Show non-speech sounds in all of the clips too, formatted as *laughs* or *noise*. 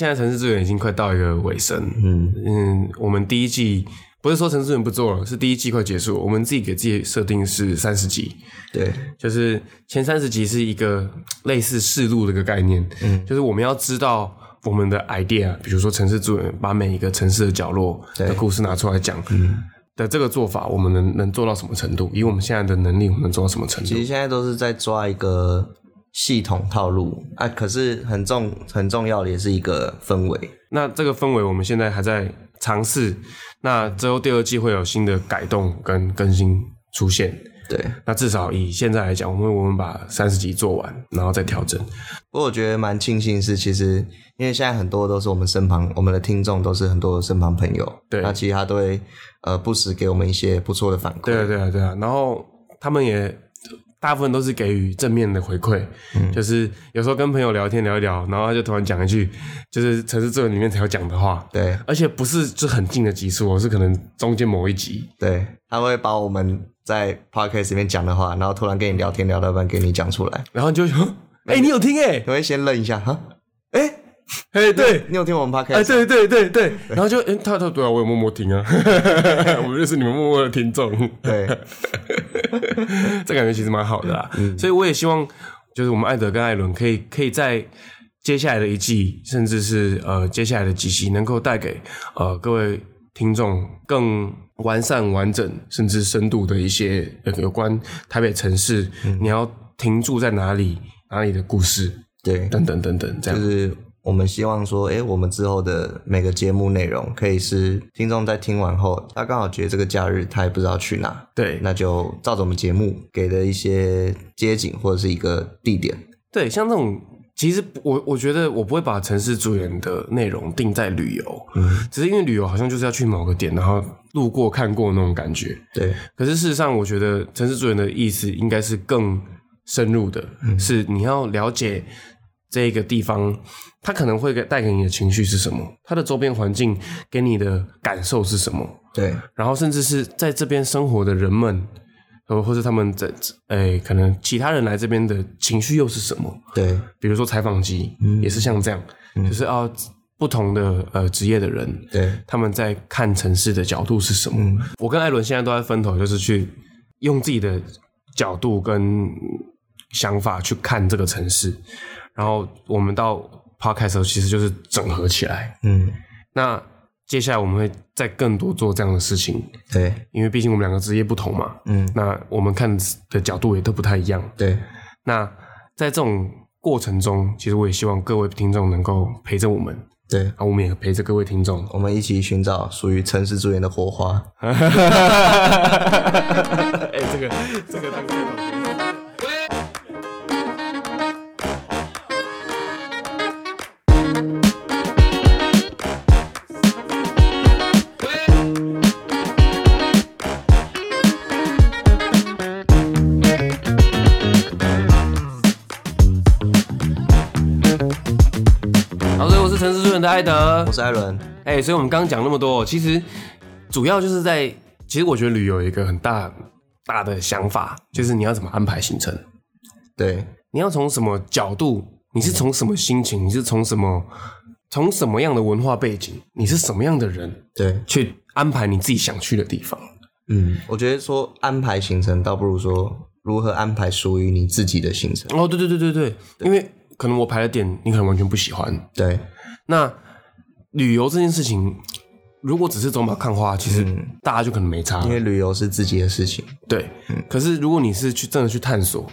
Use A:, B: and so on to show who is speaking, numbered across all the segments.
A: 现在城市资源已经快到一个尾声，
B: 嗯，
A: 嗯，我们第一季不是说城市资源不做了，是第一季快结束了，我们自己给自己设定是三十集，
B: 对，
A: 就是前三十集是一个类似试录的一个概念，嗯，就是我们要知道我们的 idea，比如说城市资源，把每一个城市的角落
B: 对
A: 的故事拿出来讲，嗯。的这个做法，我们能能做到什么程度？以我们现在的能力，我们能做到什么程度
B: 其？实现在都是在抓一个系统套路啊，可是很重很重要的也是一个氛围，
A: 那这个氛围我们现在还在尝试，那之后第二季会有新的改动跟更新出现。
B: 对。
A: 那至少以现在来讲，我们我们把三十集做完，然后再调整。
B: 不过我觉得蛮庆幸是，其实因为现在很多都是我们身旁，我们的听众都是很多的身旁朋友，
A: 对
B: 那其实他都会呃不时给我们一些不错的反馈，
A: 对啊，对啊，对啊。然后他们也大部分都是给予正面的回馈，就是有时候跟朋友聊天聊一聊，然后他就突然讲一句，就是城市资源里面才有讲的话，
B: 对
A: 而且不是就很近的集数哦，是可能中间某一集，
B: 对，他会把我们在 podcast 里面讲的话，然后突然跟你聊天聊到一半给你讲出来，
A: 然后你就 *laughs* 会说，哎、你有听哎、
B: 你会先愣一下哈，
A: 哎、对。
B: 你有听我们 podcast？、
A: 哎，对对对对， *laughs* 然后就，嗯，他他对啊，我有默默听啊， *laughs* 我们就是你们默默的听众， *laughs*
B: 对，
A: 这感觉其实蛮好的啦。所以我也希望，就是我们艾德跟艾伦可以可以在接下来的一季，甚至是呃接下来的几期，能够带给呃各位听众更完善、完整，甚至深度的一些呃有关台北城市，你要停住在哪里，哪里的故事，
B: 对，
A: 等等等等，这
B: 就
A: 样。
B: 是我们希望说，诶，我们之后的每个节目内容可以是听众在听完后，他刚好觉得这个假日他也不知道去哪，
A: 对，
B: 那就照着我们节目给的一些街景或者是一个地点，
A: 对，像这种，其实我我觉得我不会把城市资源的内容定在旅游，只是因为旅游好像就是要去某个点，然后路过看过那种感觉。
B: 对
A: 可是事实上，我觉得城市资源的意思应该是更深入的，是你要了解这个地方，它可能会给带给你的情绪是什么，它的周边环境给你的感受是什么，
B: 对
A: 然后甚至是在这边生活的人们。呃，或是他们在，诶、可能其他人来这边的情绪又是什么？
B: 对
A: 比如说采访集，也是像这样，就是啊，不同的呃职业的人，
B: 对
A: 他们在看城市的角度是什么？我跟艾伦现在都在分头，就是去用自己的角度跟想法去看这个城市，然后我们到 podcast 的时候，其实就是整合起来。
B: 嗯
A: 那接下来我们会再更多做这样的事情，
B: 对
A: 因为毕竟我们两个职业不同嘛，
B: 嗯
A: 那我们看的角度也都不太一样，
B: 对
A: 那在这种过程中，其实我也希望各位听众能够陪着我们，
B: 对，
A: 啊，我们也陪着各位听众。
B: 我们一起寻找属于城市资源的火 *laughs* 花。
A: *laughs* 哎、这个这个当开头。好，所以我是陈思润的艾德
B: 我，是艾伦，
A: 哎、所以我们刚刚讲那么多，其实主要就是在，其实我觉得旅游有一个很大大的想法，就是你要怎么安排行程，
B: 对
A: 你要从什么角度，你是从什么心情，你是从什么从什么样的文化背景，你是什么样的人
B: 对，
A: 去安排你自己想去的地方。
B: 嗯，我觉得说安排行程，倒不如说如何安排属于你自己的行程。
A: 哦，对对对对对，因为可能我排的点你可能完全不喜欢，
B: 对
A: 那旅游这件事情。如果只是走马看花，其实大家就可能没差了
B: 因为旅游是自己的事情。
A: 对，
B: 嗯
A: 可是如果你是去真的去探索，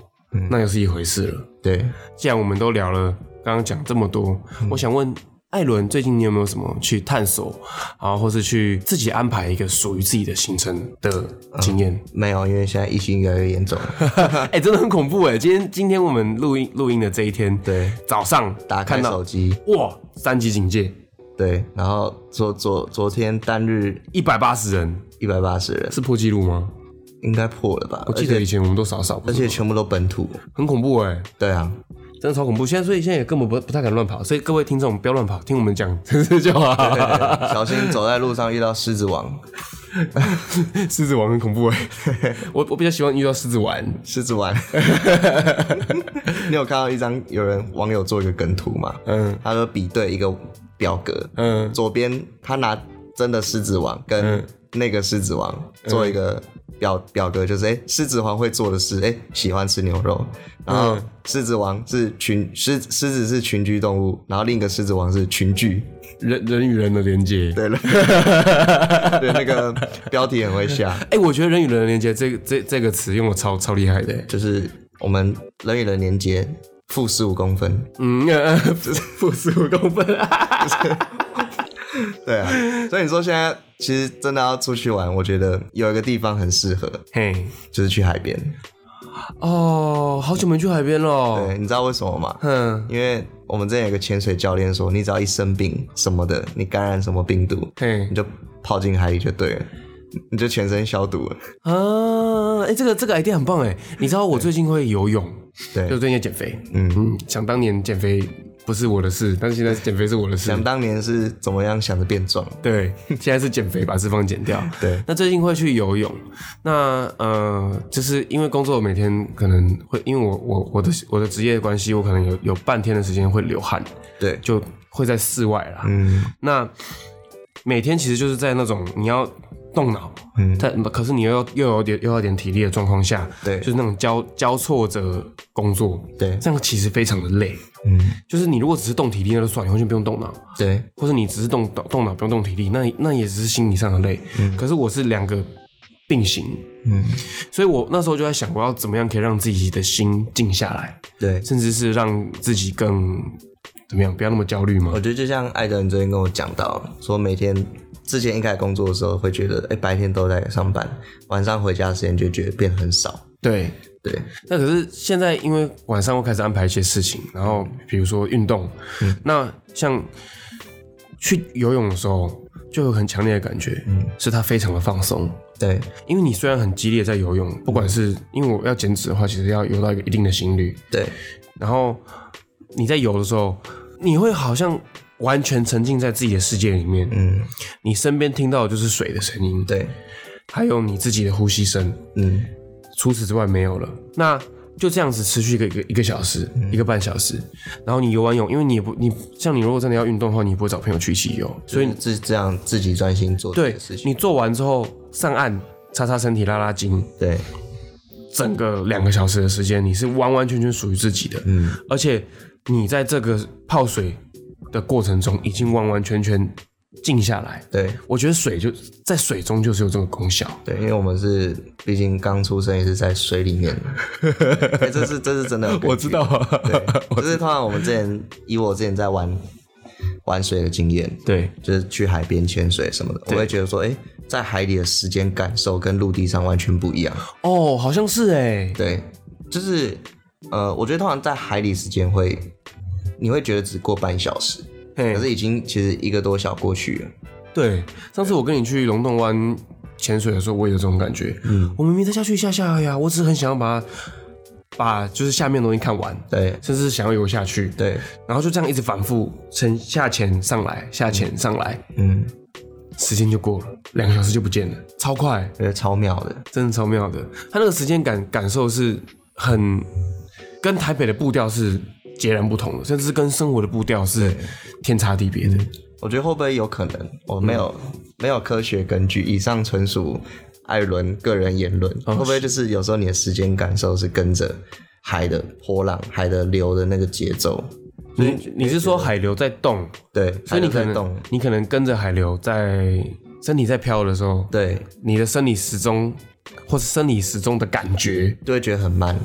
A: 那又是一回事了。
B: 对，
A: 既然我们都聊了，刚刚讲这么多，
B: 嗯
A: 我想问艾伦，最近你有没有什么去探索，啊，或是去自己安排一个属于自己的行程的经验？
B: 没有，因为现在疫情越来越
A: *laughs*
B: 严重。嗯
A: 哎、真的很恐怖哎！今天今天我们录音录音的这一天，
B: 对，
A: 早上
B: 打开
A: 看到
B: 手机，
A: 哇，三级警戒，
B: 对，然后昨昨昨天单日
A: 一百八十人
B: 一百八十人，
A: 是破纪录吗？
B: 应该破了吧？
A: 我记得以前我们都少少，
B: 而
A: 不是
B: 且全部都本土。
A: 很恐怖哎。*laughs*
B: 对啊，
A: 真的超恐怖，现在所以现在也根本不不太敢乱跑，所以各位听众不要乱跑，听我们讲， *laughs* 真是就好。
B: 哎小心走在路上遇到狮
A: *laughs*
B: 子王。
A: 狮子王很恐怖
B: *laughs*
A: 哎，我我比较喜欢遇到狮子丸，
B: 狮
A: *laughs*
B: 子丸，你有看到一张有人网友做一个梗图吗？嗯，他说比对一个表格，
A: 嗯
B: 左边他拿真的狮子王跟
A: 嗯
B: 那个狮子王做一个表表格，就是哎，诶狮子王会做的事，哎，喜欢吃牛肉，然后
A: 嗯
B: 狮子王是群狮狮子是群居动物，然后另一个狮子王是
A: *laughs*
B: 群居，
A: 人人与人的连接。
B: 对了，对那个标题很会下，
A: 哎、我觉得“人与人的连接”这个这这个词用的超超厉害的、
B: 就是我们人与人连接负十五公分，
A: 嗯， *laughs* 呃负十五公分、
B: *laughs* 对啊，所以你说现在其实真的要出去玩，我觉得有一个地方很适合，
A: 嘿，
B: 就是去海边。
A: 哦，好久没去海边了。
B: 对，你知道为什么吗？
A: 嗯，
B: 因为我们之前有个潜水教练说，你只要一生病什么的，你感染什么病毒，
A: 嘿
B: 你，就泡进海里就对了，你就全身消毒了。
A: 啊，哎、这个这个 idea 很棒哎！你知道我最近会游泳，
B: 对
A: 就最近在减肥。嗯嗯，想当年减肥不是我的事，但是现在减肥是我的事。
B: 想当年是怎么样想着变壮？
A: 对， *laughs* 现在是减肥，把脂肪减掉。
B: 对，
A: 那最近会去游泳，那呃，就是因为工作每天可能会，因为我我我的我的职业关系，我可能有有半天的时间会流汗，
B: 对，
A: 就会在室外啦。
B: 嗯，
A: 那每天其实就是在那种你要动脑，
B: 嗯
A: 但可是你又要又有点又有点体力的状况下，
B: 对
A: 就是那种交交错着工作，
B: 对
A: 这样其实非常的累。
B: 嗯，
A: 就是你如果只是动体力那就算，你完全不用动脑，
B: 对，
A: 或者你只是动动动脑不用动体力，那那也只是心理上的累。可是我是两个并行，
B: 嗯，
A: 所以我那时候就在想，我要怎么样可以让自己的心静下来，
B: 对。
A: 甚至是让自己更怎么样，不要那么焦虑嘛
B: 我。觉得就像艾德，你昨天跟我讲到，说每天之前一开始工作的时候，会觉得哎、诶白天都在上班，晚上回家的时间就觉得变得很少。
A: 对，
B: 对，
A: 那可是现在因为晚上会开始安排一些事情，然后比如说运动，
B: 嗯
A: 那像去游泳的时候，就有很强烈的感觉，
B: 嗯
A: 是它非常的放松。
B: 对，
A: 因为你虽然很激烈在游泳，不管是因为我要减脂的话，其实要游到一个一定的心率，
B: 对，
A: 然后你在游的时候，你会好像完全沉浸在自己的世界里面，
B: 嗯，
A: 你身边听到的就是水的声音，，
B: 对，
A: 还有你自己的呼吸声，
B: 嗯，
A: 除此之外没有了。那就这样子持续一个一个一个小时、
B: 嗯
A: 一个半小时，然后你游完泳，因为你也不你像你如果真的要运动的话，你不会找朋友去一起游，所
B: 所
A: 以
B: 以自这样自己专心做这
A: 对
B: 个事情。
A: 你做完之后上岸擦擦身体、拉拉筋，
B: 对，
A: 整个两个小时的时间，你是完完全全属于自己的，
B: 嗯，
A: 而且你在这个泡水的过程中已经完完全全静下来。
B: 对，
A: 我觉得水就在水中就是有这个功效，
B: 对，因为我们是毕竟刚出生也是在水里面的，哎这是这是真的有根据。
A: 啊，
B: 对，就是通常我们之前以我之前在玩玩水的经验，
A: 对
B: 就是去海边潜水什么的，我会觉得说，哎、在海里的时间感受跟陆地上完全不一样。
A: 哦，好像是哎、
B: 对，就是呃，我觉得通常在海里时间会，你会觉得只过半小时，
A: 嘿
B: 可是已经其实一个多小过去了。
A: 对，上次我跟你去龙洞湾潜水的时候，我也有这种感觉。嗯，我明明再下去一下下而已啊，我只是很想要把把就是下面的东西看完，
B: 对
A: 甚至是想要游下去。，
B: 对，
A: 然后就这样一直反复，沉下潜上来，下潜上来，
B: 嗯，
A: 时间就过了，两个小时就不见了，超快，
B: 觉得超妙的。
A: 真的超妙的。它那个时间感感受是很跟台北的步调是截然不同的，甚至是跟生活的步调是天差地别的。
B: 我觉得会不会有可能？我
A: 嗯
B: 没有、没有科学根据，以上纯属艾伦个人言论。
A: 哦
B: 会不会就是有时候你的时间感受是跟着海的波浪、海的流的那个节奏？
A: 你你是说海流在动，
B: 对，
A: 所以你
B: 海流
A: 可
B: 在动
A: 能，你可能跟着海流在身体在飘的时候，
B: 对，
A: 你的生理时钟或是生理时钟的感觉
B: 就会觉得很慢。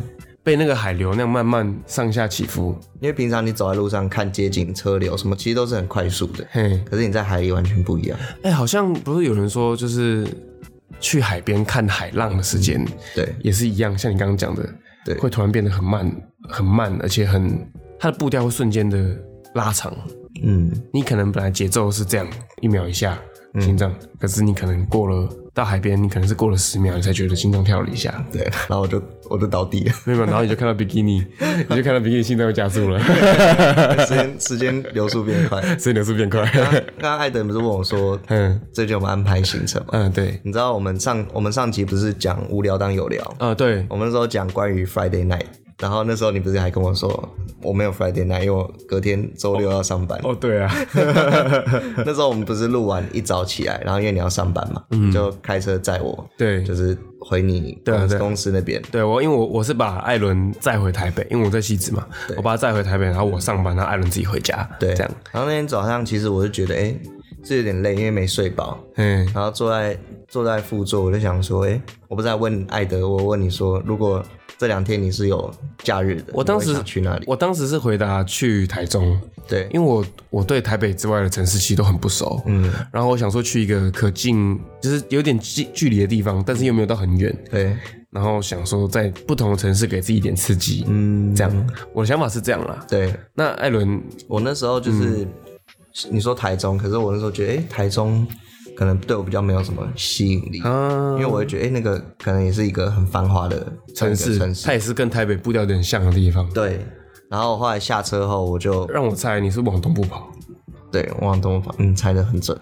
A: 被那个海流那样慢慢上下起伏，
B: 因为平常你走在路上看街景、车流什么，其实都是很快速的。
A: 嘿，
B: 可是你在海里完全不一样。
A: 哎、好像不是有人说就是去海边看海浪的时间、
B: 对
A: 也是一样，像你刚刚讲的，
B: 对
A: 会突然变得很慢，很慢，而且很它的步调会瞬间的拉长，
B: 嗯，
A: 你可能本来节奏是这样一秒一下心脏，可是你可能过了到海边，你可能是过了十秒，你才觉得心脏跳了一下，
B: 对。然后我就我就倒地了，
A: *laughs* 没有，然后你就看到比基 *laughs* 尼，你就看到比基尼心脏又加速了， *laughs*
B: 时间时间流速变快。
A: 所以流速变快。
B: 刚刚艾德不是问我说，
A: 嗯
B: 最近我们安排行程吗？
A: *laughs* 嗯，对，
B: 你知道我们上我们上集不是讲无聊当有聊，
A: 啊对，
B: 我们那时候讲关于 Friday night，然后那时候你不是还跟我说我没有 Friday night，因为我隔天周六要上班。
A: 哦，对啊，
B: 那时候我们不是录完一早起来，然后因为你要上班嘛，就开车载我，
A: 嗯对
B: 就是回你
A: 对啊对
B: 公司
A: 啊
B: 公司那边。
A: 对我，因为我我是把艾伦载回台北，因为我在西子嘛，我把他载回台北，然后我上班，然后艾伦自己回家，
B: 对，
A: 这样，。
B: 然后那天早上其实我就觉得，哎、是有点累，因为没睡饱。
A: 嗯，
B: 然后坐在坐在副座，我就想说，哎、我不是在问艾德，我问你说，如果这两天你是有假日的，
A: 我当时
B: 你会想去哪里？
A: 我当时是回答去台中，
B: 对，
A: 因为我我对台北之外的城市其实都很不熟，嗯，然后我想说去一个可近，就是有点距距离的地方，但是又没有到很远，
B: 对，
A: 然后想说在不同的城市给自己一点刺激，
B: 嗯，
A: 这样，我的想法是这样啦。
B: 对
A: 那艾伦，
B: 我那时候就是、
A: 嗯
B: 你说台中，可是我那时候觉得，哎、台中可能对我比较没有什么吸引力，因
A: 啊，
B: 为我会觉得，哎、那个可能也是一个很繁华的
A: 城
B: 一
A: 市
B: 个城，市，
A: 它也是跟台北步调有点像的地方，
B: 对。然后我后来下车后，我就
A: 让我猜你是往东部跑，
B: 对往东方，嗯，猜的
A: *laughs*
B: 很准。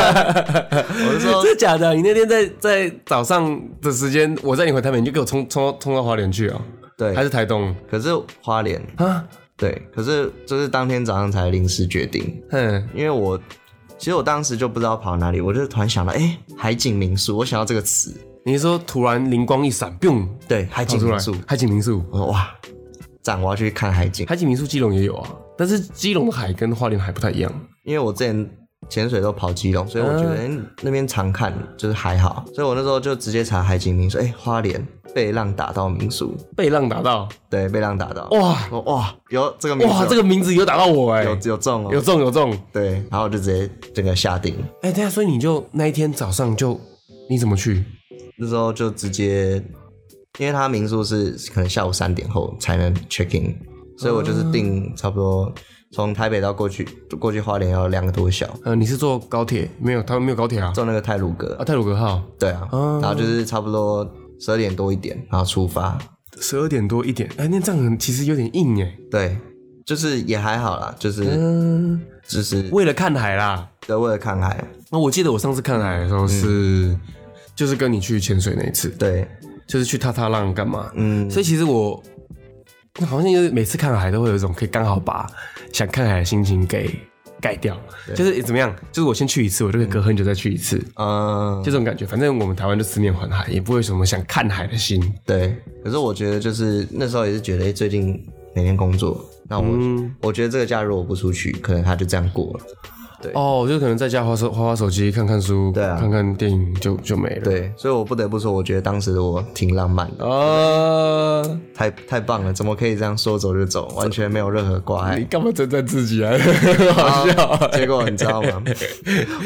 B: 我是说，
A: 真的假的？你那天在在早上的时间，我载你回台北，你就给我冲冲冲到花莲去啊？
B: 对
A: 还是台东
B: 可是花莲
A: 啊？
B: 对，可是就是当天早上才临时决定，
A: 哼，
B: 因为我其实我当时就不知道跑哪里，我就突然想到，哎、海景民宿，我想到这个词，
A: 你是说突然灵光一闪，砰，
B: 对，海
A: 跑
B: 景
A: 出来
B: 民宿，，
A: 海景民宿，哦
B: 我说哇，赞，我要去看海景，
A: 海景民宿基隆也有啊，但是基隆的海跟花莲海不太一样。
B: 因为我之前潜水都跑基隆，所以我觉得、
A: 嗯
B: 诶那边常看就是还好，所以我那时候就直接查海景民宿，哎、花莲被浪打到民宿，
A: 被浪打到，
B: 对，被浪打到，
A: 哇
B: 说哇，有这个名字
A: 哇，
B: 有
A: 这个名字有打到我哎、
B: 有有中哦，
A: 有中有中，
B: 对，然后我就直接整个下定。
A: 哎、对啊，所以你就那一天早上就你怎么去？
B: 那时候就直接，因为他民宿是可能下午三点后才能 check in，所以我
A: 嗯
B: 就是订差不多从台北到过去过去花莲要两个多小时，
A: 呃，你是坐高铁没有？他们没有高铁啊？
B: 坐那个泰鲁阁
A: 啊，，泰鲁格号，
B: 对啊，然后就是差不多十二点多一点，然后出发，
A: 十二点多一点，哎、那这样很其实有点硬哎、
B: 对，就是也还好啦，就是、
A: 嗯，
B: 就是
A: 为了看海啦。
B: 对为了看海，
A: 那我记得我上次看海的时候是，
B: 嗯
A: 就是跟你去潜水那一次，
B: 对，
A: 就是去踏踏浪干嘛？
B: 嗯，
A: 所以其实我好像就是每次看海都会有一种可以刚好把想看海的心情给盖掉，就是怎么样？就是我先去一次，我就可以隔很久再去一次，就
B: 嗯，
A: 这种感觉。反正我们台湾就四面环海，也不会有什么想看海的心。
B: 对，可是我觉得就是那时候也是觉得，哎、最近每天工作，那我、我觉得这个假如我不出去，可能他就这样过了。
A: 哦，就可能在家划手划划手机，看看书，
B: 对啊
A: 看看电影就就没了。
B: 对，所以我不得不说，我觉得当时的我挺浪漫的，
A: 啊，
B: 太太棒了，怎么可以这样说走就走，完全没有任何挂
A: 你
B: 碍。
A: 干嘛称赞自己啊？ *laughs* 很好笑 *laughs* 啊。
B: 结果你知道吗？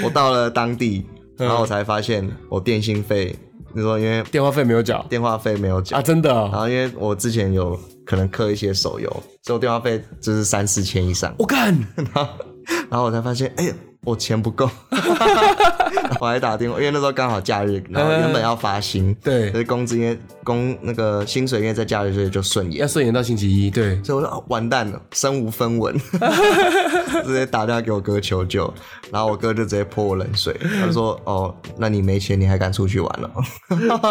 B: 我到了当地，
A: 嗯
B: 然后我才发现我电信费，你说因为
A: 电话费没有缴
B: 电话费没有缴，
A: 啊？真的哦
B: 然后因为我之前有可能氪一些手游，所以我电话费就是三四千以上。
A: 我干，
B: 然后我才发现，哎、我钱
A: *laughs*
B: 不够，我还打电话，因为那时候刚好假日，然后原本要发薪，
A: 嗯对
B: 可是工资因为工那个薪水因为在假日，所以就顺
A: *laughs*
B: 延
A: 要，顺延到星期一，对，
B: 所以我说、哦完蛋了，身无分文， *laughs* 直接打电话给我哥求救，然后我哥就直接泼我冷水，他就说，哦，那你没钱你还敢出去玩了、然后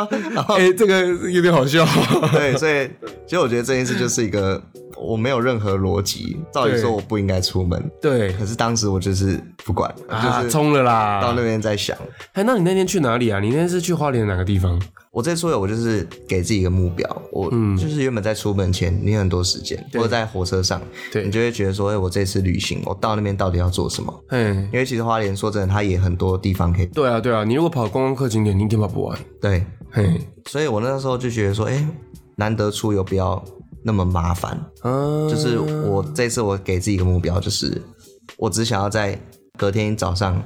A: 哎、这个有点好笑。
B: *laughs* 对，所以其实我觉得这件事就是一个我没有任何逻辑，照理
A: 对
B: 说我不应该出门，
A: *laughs* 对
B: 可是当时我就是不管，
A: *laughs* 啊
B: 就，是
A: 冲了
B: 到
A: 啦！
B: 那边在想。
A: 哎，那你那天去哪里啊？你那天是去花莲哪个地方？
B: 我这出游，我就是给自己一个目标，我
A: 嗯
B: 就是原本在出门前，你有很多时间，或者在火车上，
A: 对
B: 你就会觉得说，哎、我这次旅行，我到那边到底要做什么？
A: 哎，
B: 因为其实花莲说真的，它也很多地方可以
A: 对啊，对啊，你如果跑观光客景点，你一定跑不完。
B: 对，
A: 嘿，
B: 所以我那时候就觉得说，哎、难得出游不要那么麻烦，
A: 啊，
B: 就是我这次我给自己一个目标，就是我只想要在隔天早上，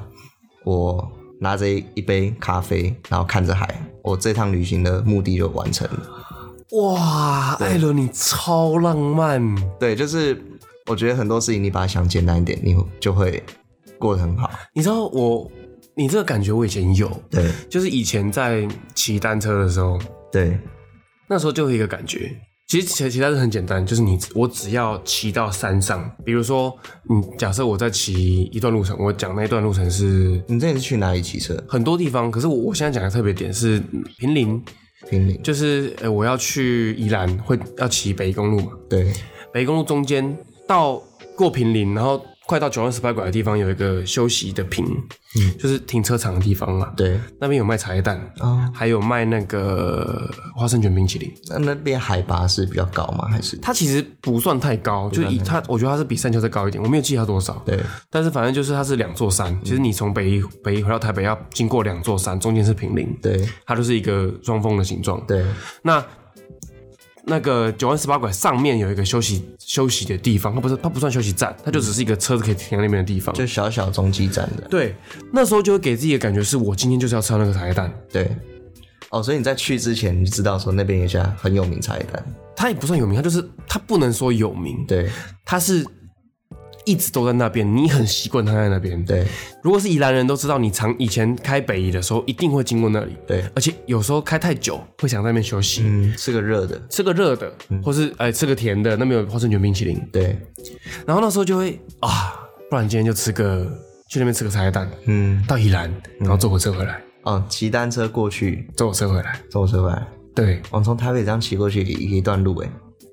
B: 我拿着一杯咖啡，然后看着海，我这趟旅行的目的就完成了。
A: 哇，艾伦你超浪漫，
B: 对，就是我觉得很多事情你把它想简单一点，你就会过得很好。
A: 你知道我，你这个感觉我以前有，
B: 对
A: 就是以前在骑单车的时候，
B: 对
A: 那时候就有一个感觉。其实其其他是很简单，就是你我只要骑到山上，比如说，嗯，假设我在骑一段路程，我讲那段路程是
B: 你之前是去哪里骑车？
A: 很多地方，可是我我现在讲的特别点是嗯平林，
B: 平林，
A: 就是呃我要去宜兰，会要骑北宜公路嘛，
B: 对，
A: 北宜公路中间到过平林，然后快到九万十八拐的地方有一个休息的坪，就是停车场的地方嘛，
B: 嗯对，
A: 那边有卖茶叶蛋，
B: 哦
A: 还有卖那个花生卷冰淇淋。
B: 那那边海拔是比较高吗？还是
A: 它其实不算太高，就是以它，我觉得它是比三峡再高一点，我没有记它多少。
B: 对，
A: 但是反正就是它是两座山，其实你从北一北一回到台北要经过两座山，中间是平林，
B: 对
A: 它就是一个双峰的形状。
B: 对
A: 那那个九弯十八拐上面有一个休息休息的地方，它不是它不算休息站，它就只是一个车子可以停在那边的地方。
B: 就小小中继站的，
A: 对，那时候就会给自己的感觉是我今天就是要吃到那个茶叶蛋，
B: 对。哦，所以你在去之前你就知道说那边有一家很有名茶叶蛋，
A: 它也不算有名，它就是它不能说有名，
B: 对
A: 它是一直都在那边，你很习惯它在那边。
B: 对
A: 如果是宜兰人都知道，你常以前开北宜的时候一定会经过那里，
B: 对，
A: 而且有时候开太久会想在那边休息，
B: 嗯，吃个热的，
A: 吃个热的，或是哎、吃个甜的，那边有花生卷冰淇淋，
B: 对，
A: 然后那时候就会啊，不然今天就吃个去那边吃个茶叶蛋，
B: 嗯，
A: 到宜兰，然后坐火车回来，
B: 哦，骑单车过去，
A: 坐火车回来，
B: 坐车回来，
A: 对，
B: 我从台北这样骑过去一一段路，哎，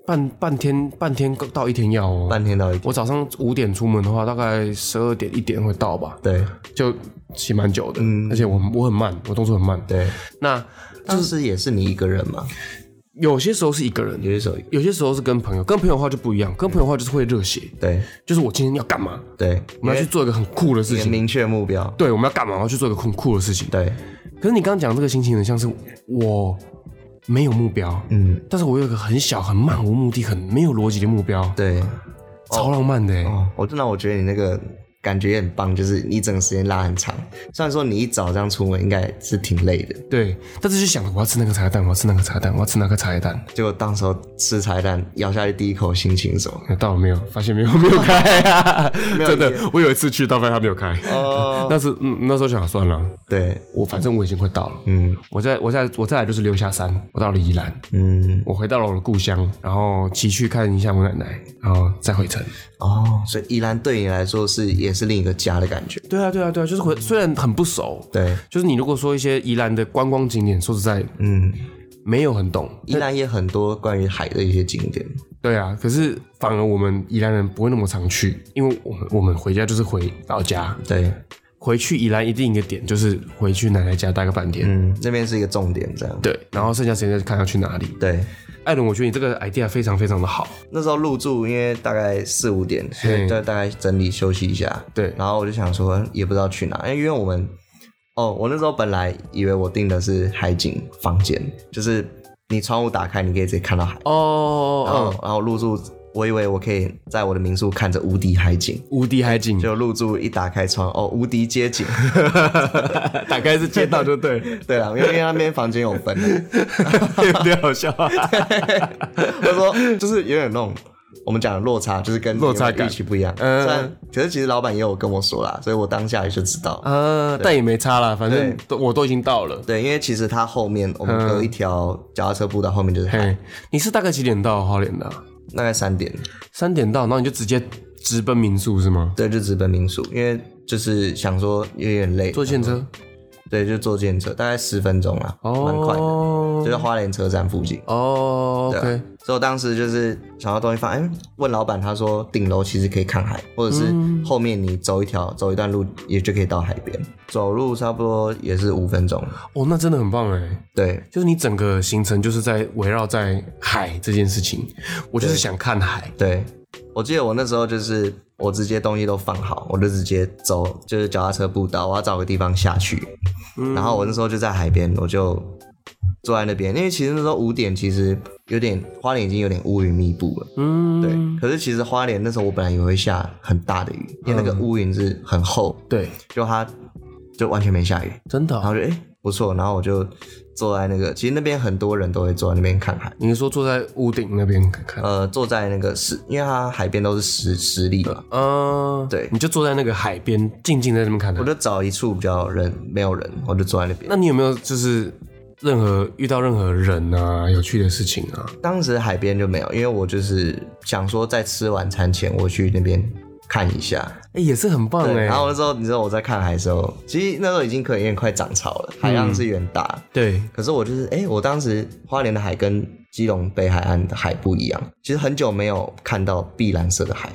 A: 半半天半天到一天要哦，
B: 半天到一点，
A: 我早上五点出门的话，大概十二点一点会到吧，
B: 对
A: 就骑蛮久的，而且我我很慢，我动作很慢，
B: 嗯对，
A: 那
B: 当时也是你一个人嘛，
A: 有些时候是一个人，
B: 有一首，
A: 有些时候是跟朋友，跟朋友的话就不一样，跟朋友的话就是会热血，
B: 对
A: 就是我今天要干嘛，
B: 对，
A: 我们要去做一个很酷的事
B: 有
A: 情。
B: 明确目标，
A: 对，我们要干嘛？我要去做一个很酷的事情。
B: 对，
A: 可是你刚刚讲这个心情，很像是我没有目标，
B: 嗯，
A: 但是我有一个很小、很漫无目的、很没有逻辑的目标，
B: 对，
A: 超浪漫的欸、
B: 哦，我真的我觉得你那个感觉也很棒，就是你整个时间拉很长。虽然说你一早这样出门应该是挺累的，
A: 对，但是就想着我要吃那个茶叶蛋，我要吃那个茶叶蛋，我要吃那个茶叶蛋。
B: 结果到时候吃茶叶蛋咬下去第一口心情是什么？
A: 有到了没有？发现没有？没有开 *laughs* 啊！
B: 没有
A: 真的，我有一次去到，发现他没有开。
B: 哦，
A: 但是、嗯、 *laughs* 那时候想算了，
B: 对，
A: 我反正我已经快到了。
B: 嗯
A: 我再我再我再来就是溜下山，我到了宜兰，
B: 嗯，
A: 我回到了我的故乡，然后骑去看一下我奶奶，然后再回程。
B: 哦，所以宜兰对你来说是也是另一个家的感觉。
A: 对啊，对啊，对啊，就是回虽然很不熟，
B: 对，
A: 就是你如果说一些宜兰的观光景点，说实在
B: 嗯，
A: 没有很懂。
B: 宜兰也很多关于海的一些景点。
A: 对啊，可是反而我们宜兰人不会那么常去，因为我们我们回家就是回老家，
B: 对，
A: 回去宜兰一定一个点就是回去奶奶家待个半天。
B: 嗯，那边是一个重点，这样。
A: 对，然后剩下时间再看要去哪里。
B: 对，
A: 艾伦，我觉得你这个 idea 非常非常的好。
B: 那时候入住，因为大概四五点，所以就大概整理休息一下。
A: 对
B: 然后我就想说，嗯也不知道去哪，因为我们，哦，我那时候本来以为我订的是海景房间，就是你窗户打开，你可以直接看到海。
A: 哦，
B: 然后，然后入住，我以为我可以在我的民宿看着无敌海景，
A: 无敌海 *laughs* 景，
B: 就入住一打开窗，哦，无敌街景。 *laughs*
A: 打开是街道就对 *laughs* 了，
B: 对了，因为因为那边房间有分的，
A: 有点好笑、啊。
B: 我说就是有点那种我们讲的落差，就是跟
A: 落差
B: 你们预期不一样。
A: 嗯
B: 嗯，虽然可是其实老板也有跟我说啦，所以我当下也就知道。
A: 呃，但也没差啦，反正都我都已经到了。
B: 对，因为其实它后面我们有一条脚踏车步道，后面就是海，
A: 嗯嘿，你是大概几点到花莲的啊、
B: 大概三点，
A: 三点到，然后你就直接直奔民宿是吗？
B: 对，就直奔民宿，因为就是想说有点累，
A: 坐电车？
B: 对，就坐电车，大概十分钟啦，蛮、快的，
A: 哦
B: 就，在花莲车站附近。
A: 哦
B: 对啊
A: ，OK，
B: 所以我当时就是想到东西放，哎、问老板，他说顶楼其实可以看海，或者是后面你走一条走一段路也就可以到海边，走路差不多也是五分钟。
A: 哦，那真的很棒哎。
B: 对
A: 就是你整个行程就是在围绕在海这件事情，我就是想看海，
B: 对，我记得我那时候就是我直接东西都放好，我就直接走，就是脚踏车步道，我要找个地方下去。然后我那时候就在海边，我就坐在那边，因为其实那时候五点其实有点花莲已经有点乌云密布了。
A: 嗯，
B: 对，可是其实花莲那时候我本来以为会下很大的雨，因为那个乌云是很厚，
A: 对，
B: 就它就完全没下雨，
A: 真的
B: 然
A: 啊、
B: 后就哎、诶不错，然后我就坐在那个，其实那边很多人都会坐在那边看海，
A: 你是说坐在屋顶那边看看？
B: 呃，坐在那个石，因为它海边都是石石砾嘛，
A: 嗯，
B: 对
A: 你就坐在那个海边，静静在那边看海啊
B: 我。就找一处比较人没有人，我就坐在那边。
A: 那你有没有就是任何遇到任何人啊，有趣的事情啊？
B: 当时海边就没有，因为我就是想说在吃晚餐前我去那边看一下。
A: 哎、也是很棒
B: 对，
A: 哎、
B: 然后那时候你知道我在看海的时候，其实那时候已经可以快涨潮了，海
A: 嗯
B: 浪是远大。
A: 对，
B: 可是我就是，哎、我当时花莲的海跟基隆北海岸的海不一样，其实很久没有看到碧蓝色的海，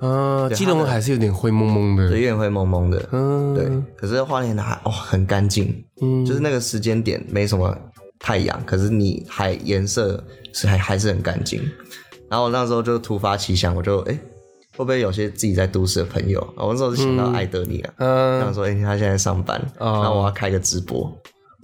A: 啊，
B: 对
A: 基隆
B: 它的
A: 还是有点灰蒙蒙
B: 所
A: 的，
B: 以有点灰蒙蒙的。
A: 嗯，
B: 对，可是花莲的海哦很干净，
A: 嗯，
B: 就是那个时间点没什么太阳，可是你海颜色是还还是很干净。然后我那时候就突发奇想，我就哎、诶会不会有些自己在都市的朋友？哦我那时候是想到艾德尼啊，
A: 嗯、
B: 想说哎、诶他现在上班，
A: 哦
B: 然后我要开个直播，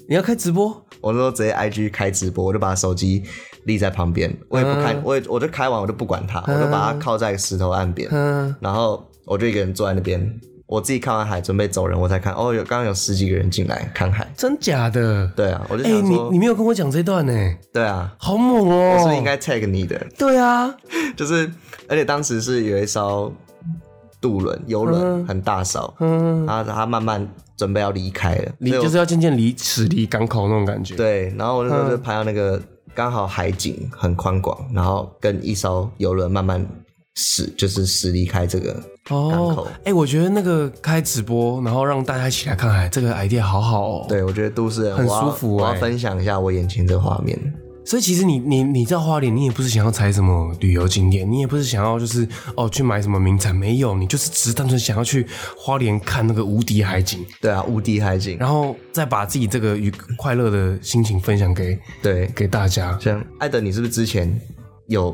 A: 你要开直播，
B: 我那时候直接 IG 开直播，我就把手机立在旁边，
A: 嗯
B: 我也不看，我也我就开完我就不管它，我就把它靠在石头岸边，
A: 嗯、
B: 然后我就一个人坐在那边，我自己看完海准备走人，我才看哦，有刚刚有十几个人进来看海，
A: 真假的？
B: 对啊，我就
A: 哎、
B: 想
A: 你
B: 说，
A: 你没有跟我讲这段呢、哎
B: 对啊，
A: 好猛
B: 我
A: 哦、
B: 是不是应该 tag 你的， *laughs*
A: 对啊，
B: 就是而且当时是有一艘渡轮游轮很大艘，
A: 嗯，
B: 然后它慢慢准备要离开了，
A: 离
B: 所以我
A: 就是要渐渐离驶离港口那种感觉，，
B: 对，然后我
A: 嗯
B: 那时候就拍到那个刚好海景很宽广，然后跟一艘游轮慢慢驶，就是驶离开这个港口
A: 哦，哎、我觉得那个开直播，然后让大家一起来看海，哎这个 idea 好好哦、，
B: 对，我觉得都市人
A: 很
B: 我要
A: 舒服
B: 我要
A: 欸
B: 分享一下我眼前这画面。
A: 所以其实你你你在花莲，你也不是想要踩什么旅游景点，你也不是想要就是哦去买什么名产，没有，你就是只是单纯想要去花莲看那个无敌海景，
B: 对啊，无敌海景。
A: 然后再把自己这个愉快乐的心情分享给
B: 对，
A: 给大家。
B: 像艾德，你是不是之前有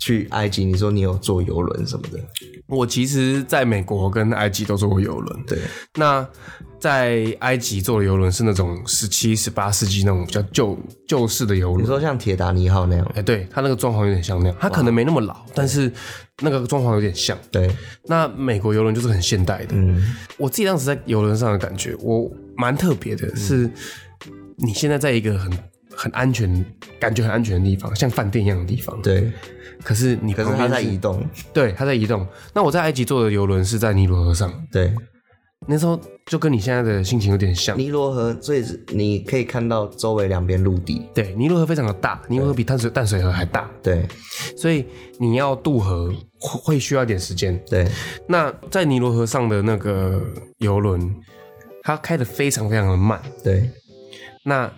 B: 去埃及？你说你有坐游轮什么的？
A: 我其实在美国跟埃及都坐过游轮，
B: 对，
A: 那在埃及坐的游轮是那种十七、十八世纪那种比较旧旧式的游
B: 你
A: 轮。
B: 说像铁达尼号那样
A: 哎、？对，它那个装潢有点像那样，它可能没那么老，但是那个装潢有点像。
B: 对，
A: 那美国游轮就是很现代的。
B: 嗯，
A: 我自己当时在游轮上的感觉，我蛮特别
B: 嗯
A: 的是，你现在在一个很很安全、感觉很安全的地方，像饭店一样的地方。，
B: 对。
A: 可是你
B: 可是
A: 旁
B: 它
A: 边
B: 在移动，
A: 对它在移动。那我在埃及坐的游轮是在尼罗河上，
B: 对，
A: 那时候就跟你现在的心情有点像。
B: 尼罗河，所以你可以看到周围两边陆地。
A: 对，尼罗河非常的大，尼罗河比淡水淡水河还大，
B: 对，
A: 所以你要渡河会会需要一点时间。
B: 对，
A: 那在尼罗河上的那个游轮，它开得非常非常的慢，
B: 对，
A: 那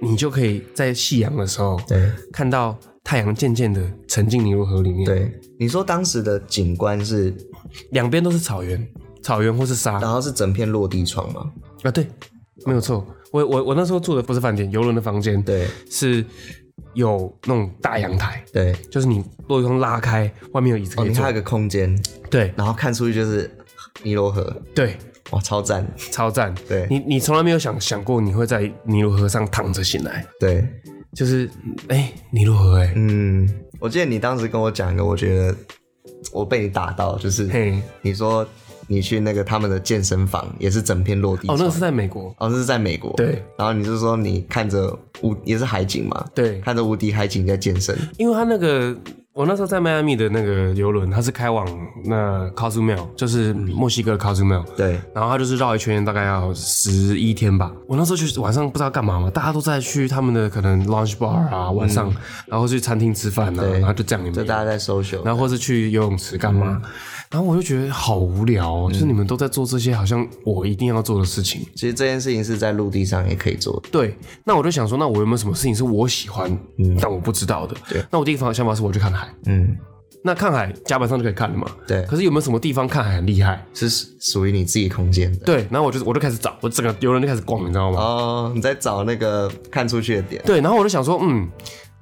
A: 你就可以在夕阳的时候
B: 对。
A: 看到太阳渐渐的沉进尼罗河里面，，
B: 对，你说当时的景观是，
A: 两边都是草原，草原或是沙
B: 然
A: 啊，
B: 后是整片落地窗嘛？
A: 对，没有错。我我我那时候住的不是饭店，游轮的房间，，
B: 对
A: 是有那种大阳台，
B: 对，
A: 就是你落地窗拉开，外面有椅子
B: 哦，
A: 可以
B: 你
A: 坐
B: 还有，个空间，
A: 对
B: 然后看出去就是尼罗河，
A: 对，
B: 哇，超赞！
A: 超赞。
B: 对
A: 你，你从来没有想想过你会在尼罗河上躺着醒来，
B: 对，
A: 就是哎、尼罗河哎、
B: 嗯，我记得你当时跟我讲一个，我觉得我被你打到，就是
A: 嘿，
B: 你说你去那个他们的健身房，也是整片落地
A: 哦
B: 窗，，
A: 那个是在美国，
B: 哦，那是在美国，
A: 对，
B: 然后你就说你看着无也是海景嘛，
A: 对
B: 看着无敌海景在健身，
A: 因为他那个我那时候在迈阿密的那个游轮，它是开往那 Cozumel，就是墨西哥的 Cozumel。
B: 对，
A: 然后它就是绕一圈，大概要十一天吧。我那时候就是晚上不知道干嘛嘛，大家都在去他们的可能 lunch bar 啊，晚上，然后去餐厅吃饭啊，
B: 嗯对
A: 然后就这样也没
B: 就
A: 有。
B: 大家在嗯 social，
A: 然后或是去游泳池干嘛，然后我就觉得好无聊、哦，
B: 嗯
A: 就是你们都在做这些好像我一定要做的事情。
B: 其实这件事情是在陆地上也可以做的，
A: 对，那我就想说，那我有没有什么事情是我喜欢，但我不知道的？嗯对，那我第一个想法是我去看海，
B: 嗯，
A: 那看海甲板上就可以看了嘛。
B: 对
A: 可是有没有什么地方看海很厉害？
B: 是属于你自己空间的。
A: 对，然后我就我就开始找，我整个游轮就开始逛，你知道吗？
B: 哦，你在找那个看出去的点。
A: 对，然后我就想说，嗯，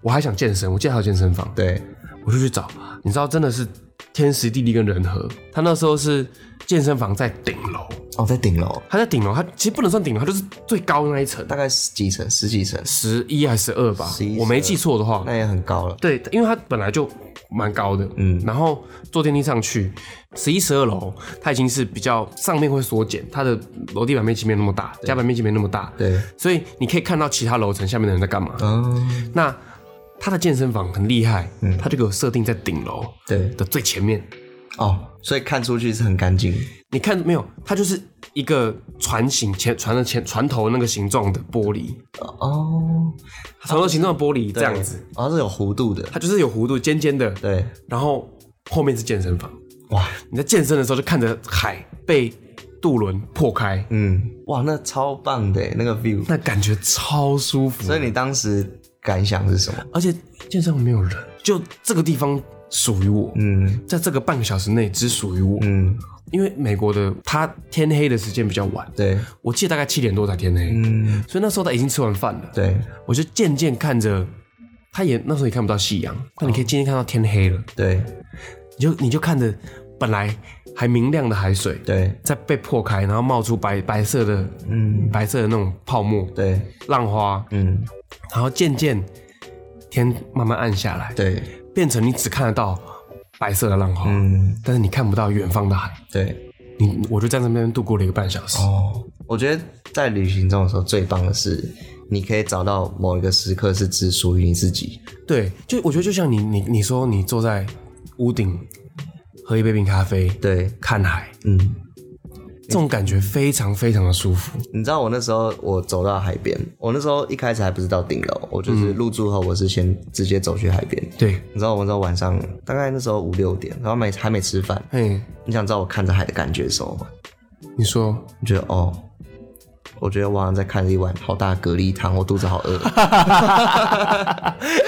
A: 我还想健身，我记得还有健身房，
B: 对，
A: 我就去找。你知道，真的是天时地利跟人和。他那时候是健身房在顶楼，
B: 哦，在顶楼，
A: 它在顶楼，它其实不能算顶楼，它就是最高那一层，
B: 大概十几层，十几层，
A: 十一还是十二吧
B: 11，
A: 我没记错的话。
B: 那也很高了。
A: 对，因为它本来就蛮高的，嗯，然后坐电梯上去，十一、十二楼，它已经是比较上面会缩减，它的楼地板面积没那么大，甲板面积没那么大，
B: 对，
A: 所以你可以看到其他楼层下面的人在干嘛。
B: 哦，
A: 那它的健身房很厉害，它就给我设定在顶楼
B: 嗯对，
A: 的最前面，
B: 哦，所以看出去是很干净。
A: 你看没有？它就是一个船形前船的前船头那个形状的玻璃，
B: 哦，
A: 船头形状的玻璃这
B: 这
A: 样子，，
B: 哦，它是有弧度的。
A: 它就是有弧度，尖尖的，
B: 对，
A: 然后后面是健身房。哇，你在健身的时候就看着海被渡轮破开，
B: 嗯，哇，那超棒的欸那个 view。
A: 那感觉超舒服
B: 所。以你当时感想是什么？
A: 而且健身房没有人，就这个地方属于我，
B: 嗯
A: 在这个半个小时内只属于我。
B: 嗯，
A: 因为美国的它天黑的时间比较晚，
B: 对，
A: 我记得大概七点多才天黑，
B: 嗯
A: 所以那时候他已经吃完饭了。
B: 对
A: 我就渐渐看着，他也那时候也看不到夕阳，但你可以渐渐看到天黑了，
B: 对
A: 你就你就看着本来还明亮的海水
B: 对
A: 在被破开，然后冒出白白色的，嗯，白色的那种泡沫，
B: 对，
A: 浪花，
B: 嗯
A: 然后渐渐天慢慢暗下来，
B: 对
A: 变成你只看得到白色的浪花，
B: 嗯
A: 但是你看不到远方的海。
B: 对。
A: 你我就在那边度过了一个半小时，
B: 哦，我觉得在旅行中的时候最棒的是，你可以找到某一个时刻是只属于你自己。
A: 对，就我觉得就像你你你说你坐在屋顶喝一杯冰咖啡，
B: 对，
A: 看海，
B: 嗯，
A: 这种感觉非常非常的舒服。
B: 你知道我那时候我走到海边，我那时候一开始还不是到顶楼，我就是入住后我是先直接走去海边。
A: 对，
B: 你知道我那时候晚上大概那时候五六点，然后没还没吃饭，
A: 嘿，
B: 你想知道我看着海的感觉是什么吗？
A: 你说，
B: 我觉得哦，我觉得我好像在看一碗好大的蛤蜊汤，我肚子好饿。
A: *laughs*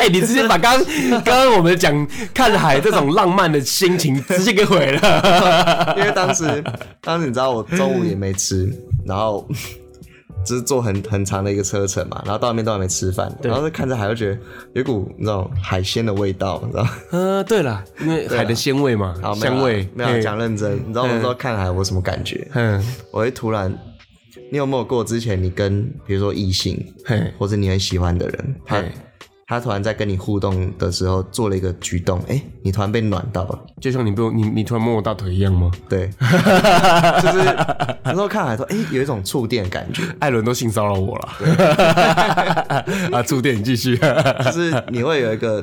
A: 哎、你直接把刚刚刚我们讲看海这种浪漫的心情直接给毁了。
B: 因为当时，当时你知道我中午也没吃，然后 *laughs* 只是坐很很长的一个车程嘛，然后到那边都还没吃饭，然后就看着海，就觉得有一股那种海鲜的味道，你知道吗？
A: *laughs* 呃，对了，因为海的鲜味嘛，
B: 好，没有
A: 香
B: 啦
A: 味，
B: 没有啦
A: 嘿
B: 讲，认真，你知道我那时候看海我什么感觉？
A: 嗯，
B: 我会突然，你有没有过之前你跟比如说异性，
A: 嘿，
B: 或者你很喜欢的人，他
A: 嘿
B: 他突然在跟你互动的时候做了一个举动，哎、你突然被暖到了。
A: 就像你被我你你突然摸我大腿一样吗？ *laughs*
B: 对，就是那时候看海说，哎、有一种触电的感觉，
A: 艾伦都性骚扰我了。 *laughs* 啊，触电，你继续。
B: 就是你会有一个